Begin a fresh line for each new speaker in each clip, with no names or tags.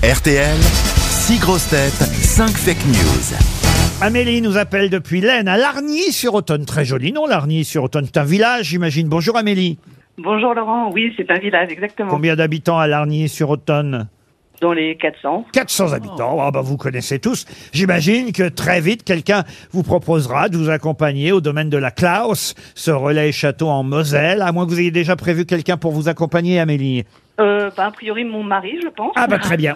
RTL, 6 grosses têtes, 5 fake news.
Amélie nous appelle depuis l'Aisne à Largny-sur-Automne. Très joli, non Largny-sur-Automne, c'est un village, j'imagine. Bonjour Amélie.
Bonjour Laurent, oui, c'est un village, exactement.
Combien d'habitants à Largny-sur-Automne
Dans les 400.
400 habitants. Ah bah vous connaissez tous. J'imagine que très vite, quelqu'un vous proposera de vous accompagner au domaine de la Klaus, ce relais château en Moselle, à moins que vous ayez déjà prévu quelqu'un pour vous accompagner, Amélie.
Euh, bah, a priori, mon mari, je pense.
Ah bah très bien.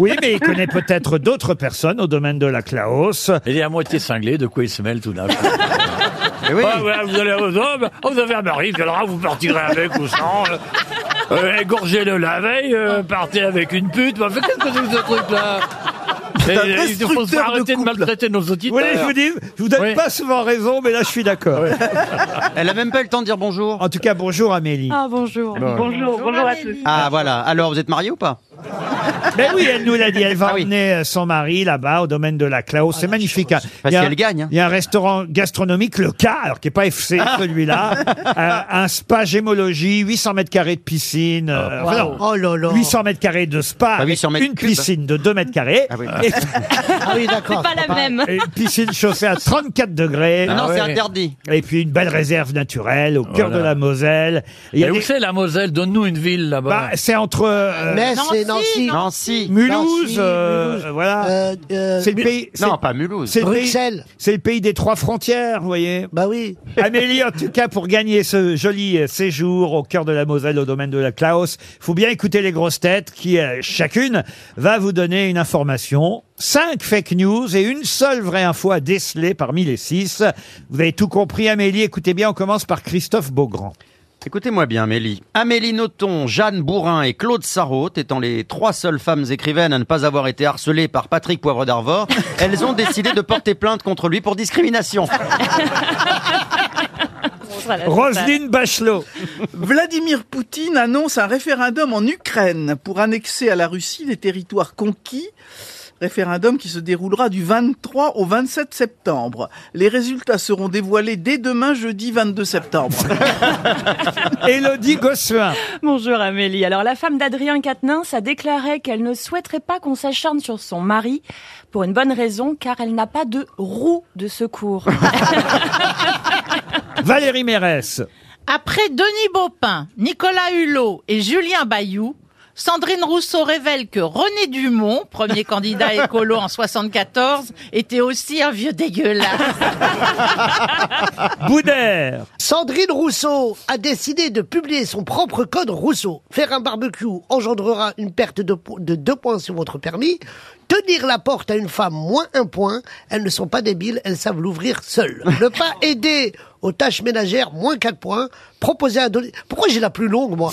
Oui, mais il connaît peut-être d'autres personnes au domaine de la Klaus.
Il est à moitié cinglé, de quoi il se mêle tout là.
Eh
Ah, voilà, vous allez aux hommes, Ah, vous avez un mari, puis alors vous partirez avec ou sans. euh, euh, égorgez-le la veille, euh, partez avec une pute. Bah, qu'est-ce que c'est que ce truc-là Et,
un
euh, Il faut
destructeur de
arrêter de,
couple.
maltraiter nos
Vous voulez,
auditeurs.
je vous dis, je vous donne
Oui.
pas souvent raison, mais là je suis d'accord.
Elle a même pas eu le temps de dire bonjour.
En tout cas, bonjour Amélie.
Ah bonjour.
Bonjour, bonjour, à tous.
Ah voilà, alors vous êtes mariés ou pas
Mais oui, elle nous l'a dit, elle va
Ah oui. Ah,
emmener euh, son mari là-bas au domaine de la Klaus. C'est magnifique. hein.
Parce
Il y a-
qu'elle gagne, hein. Ah.
Il y a un restaurant gastronomique, le K, alors qui n'est pas FC celui-là. Euh, un, un spa gémologie, 800 mètres carrés de piscine. euh, enfin, non,
Oh là là.
800 mètres carrés de spa,
Pas
avec
800 Bah, mètres
une
cubes.
piscine de 2 mètres carrés,
Ah oui.
et,
Ah oui, d'accord.
Pas la
pareil.
même.
et une piscine chauffée à 34 degrés.
Ah Non, non, c'est
ouais.
interdit.
Et puis une belle réserve naturelle au cœur
Voilà.
de la Moselle. Il y
Et
a
où
des-
c'est la Moselle Donne-nous une ville
bah,
là-bas.
c'est entre euh,
Metz et Nancy.
Nancy.
Mulhouse,
Nancy,
euh,
Mulhouse.
voilà.
Euh, euh,
c'est le pays. c'est-
Non, pas Mulhouse.
C'est le pays-
Bruxelles.
c'est le pays des trois frontières, vous voyez.
Bah oui.
Amélie, en tout cas, pour gagner ce joli euh, séjour au cœur de la Moselle, au domaine de la Klaus, faut bien écouter les grosses têtes qui, euh, chacune, va vous donner une information. Cinq fake news et une seule vraie info à déceler parmi les six. Vous avez tout compris, Amélie. Écoutez bien, on commence par Christophe Beaugrand.
Écoutez-moi bien, Amélie. Amélie Nothomb, Jeanne Bourrin et Claude Sarraute étant les trois seules femmes écrivaines à ne pas avoir été harcelées par Patrick Poivre d'Arvor, elles ont décidé de porter plainte contre lui pour discrimination.
Roselyne Bachelot.
Vladimir Poutine annonce un référendum en Ukraine pour annexer à la Russie les territoires conquis. Référendum qui se déroulera du 23 au 27 septembre. Les résultats seront dévoilés dès demain, jeudi 22 septembre.
Élodie Gossuin.
Bonjour Amélie. Alors la femme d'Adrien Quatennens a déclaré qu'elle ne souhaiterait pas qu'on s'acharne sur son mari pour une bonne raison car elle n'a pas de roue de secours.
Valérie Mérès.
Après Denis Baupin, Nicolas Hulot et Julien Bayou, Sandrine Rousseau révèle que René Dumont, premier candidat écolo en 74, était aussi un vieux dégueulasse.
Boudère.
Sandrine Rousseau a décidé de publier son propre code Rousseau. Faire un barbecue engendrera une perte de, po- de deux points sur votre permis. Tenir la porte à une femme, moins un point. Elles ne sont pas débiles, elles savent l'ouvrir seules. Ne pas aider aux tâches ménagères, moins quatre points. Proposer un doli... Pourquoi j'ai la plus longue, moi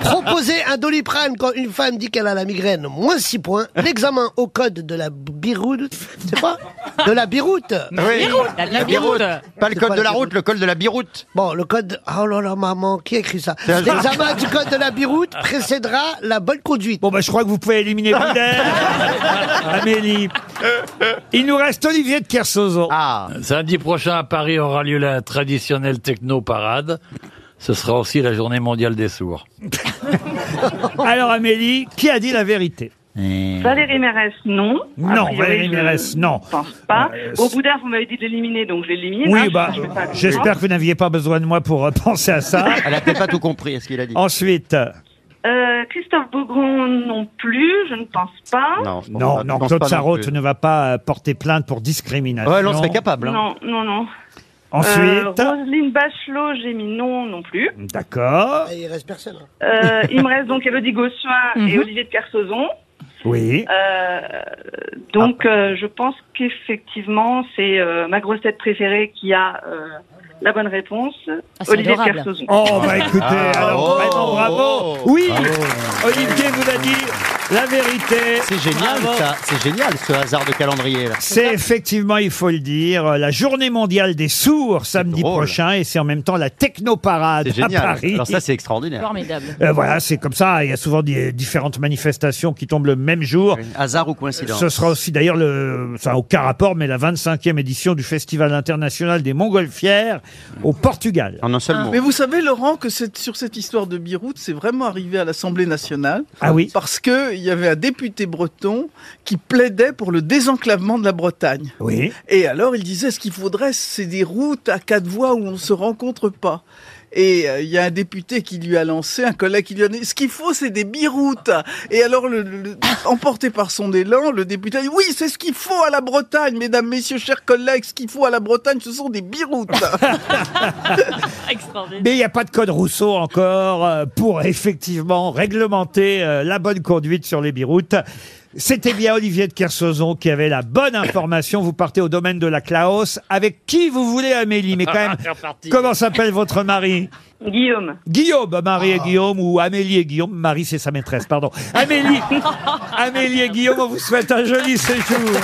Proposer un doliprane quand une femme dit qu'elle a la migraine, moins six points. L'examen au code de la biroute, c'est pas De la biroute
Oui.
La, la biroute.
Pas le
C'est
code
pas
de la
la
route, le code de la biroute.
Bon, le code. Oh là là, maman, qui a écrit ça L'examen du code de la biroute précédera la bonne conduite.
Bon, bah, je crois que vous pouvez éliminer Boudère. Amélie. Il nous reste Olivier de Kersozo.
Ah,
Samedi prochain à Paris aura lieu la traditionnelle techno parade. Ce sera aussi la journée mondiale des sourds.
Alors, Amélie, qui a dit la vérité
Valérie Mérès, non.
Non,
A priori,
Valérie
je
Mérès, non.
pense pas.
Euh,
Au bout d'un, vous m'avez dit de l'éliminer, donc je l'élimine. hein,
Oui,
je-
bah,
je vais pas le
j'espère que vous n'aviez pas besoin de moi pour euh, penser à ça.
elle a peut-être pas tout compris, ce qu'il a dit.
Ensuite, euh,
prendre. Euh, Christophe Beaugrand, non plus, je ne pense pas.
Non, je pense
non,
pas- je
non,
pense
Claude
pas non
Sarraute
plus.
ne va pas euh, porter plainte pour discrimination.
Ouais, l'on serait capable. hein.
Non, non, non. Euh,
Ensuite,
Roselyne Bachelot, j'ai mis non, non plus.
d'accord,
Ah, Il reste personne. hein.
Euh, il me reste donc Elodie Gossuin et
Mhm.
Olivier de Kersauzon.
oui.
Euh, donc, euh, je pense qu'effectivement, c'est euh, ma grosse tête préférée qui a euh, la bonne réponse.
Ah, c'est
Olivier de
adorable.
Kersauzon.
Oh, bah écoutez,
Ah,
alors
oh,
vraiment bravo.
oh,
Oui, Olivier vous a dit la vérité.
C'est génial, ça. C'est génial, ce hasard de calendrier, là.
C'est effectivement, il faut le dire, euh, la journée mondiale des sourds samedi
drôle.
prochain et c'est en même temps la technoparade
C'est
à
génial.
Paris.
Alors ça, c'est extraordinaire.
Formidable.
Euh, voilà, c'est comme ça. Il y a souvent des différentes manifestations qui tombent le même jour.
Hasard ou coïncidence
Ce sera aussi d'ailleurs le, ça n'a aucun rapport, mais la 25e édition du Festival international des Montgolfières au Portugal.
En un seul mot.
Mais vous savez, Laurent, que cette- sur cette histoire de Biroute, c'est vraiment arrivé à l'Assemblée nationale.
Ah oui.
Parce que il y avait un député breton qui plaidait pour le désenclavement de la Bretagne.
Oui.
Et alors, il disait ce qu'il faudrait, c'est des routes à quatre voies où on ne se rencontre pas. Et euh, il y a un député qui lui a lancé, un collègue qui lui a dit ce qu'il faut, c'est des biroutes. Et alors, le, le- le- emporté par son élan, le député a dit oui, c'est ce qu'il faut à la Bretagne, mesdames, messieurs, chers collègues, ce qu'il faut à la Bretagne, ce sont des biroutes.
Mais il n'y a pas de code Rousseau encore euh, pour effectivement réglementer euh, la bonne conduite sur les biroutes. C'était bien Olivier de Kersauzon qui avait la bonne information. Vous partez au domaine de la Klaus avec qui vous voulez, Amélie. Mais quand même,
C'est reparti.
comment s'appelle votre mari
Guillaume.
Guillaume, Marie
Ah.
et Guillaume, ou Amélie et Guillaume. Marie, c'est sa maîtresse, pardon. Amélie, Amélie et Guillaume, on vous souhaite un joli séjour.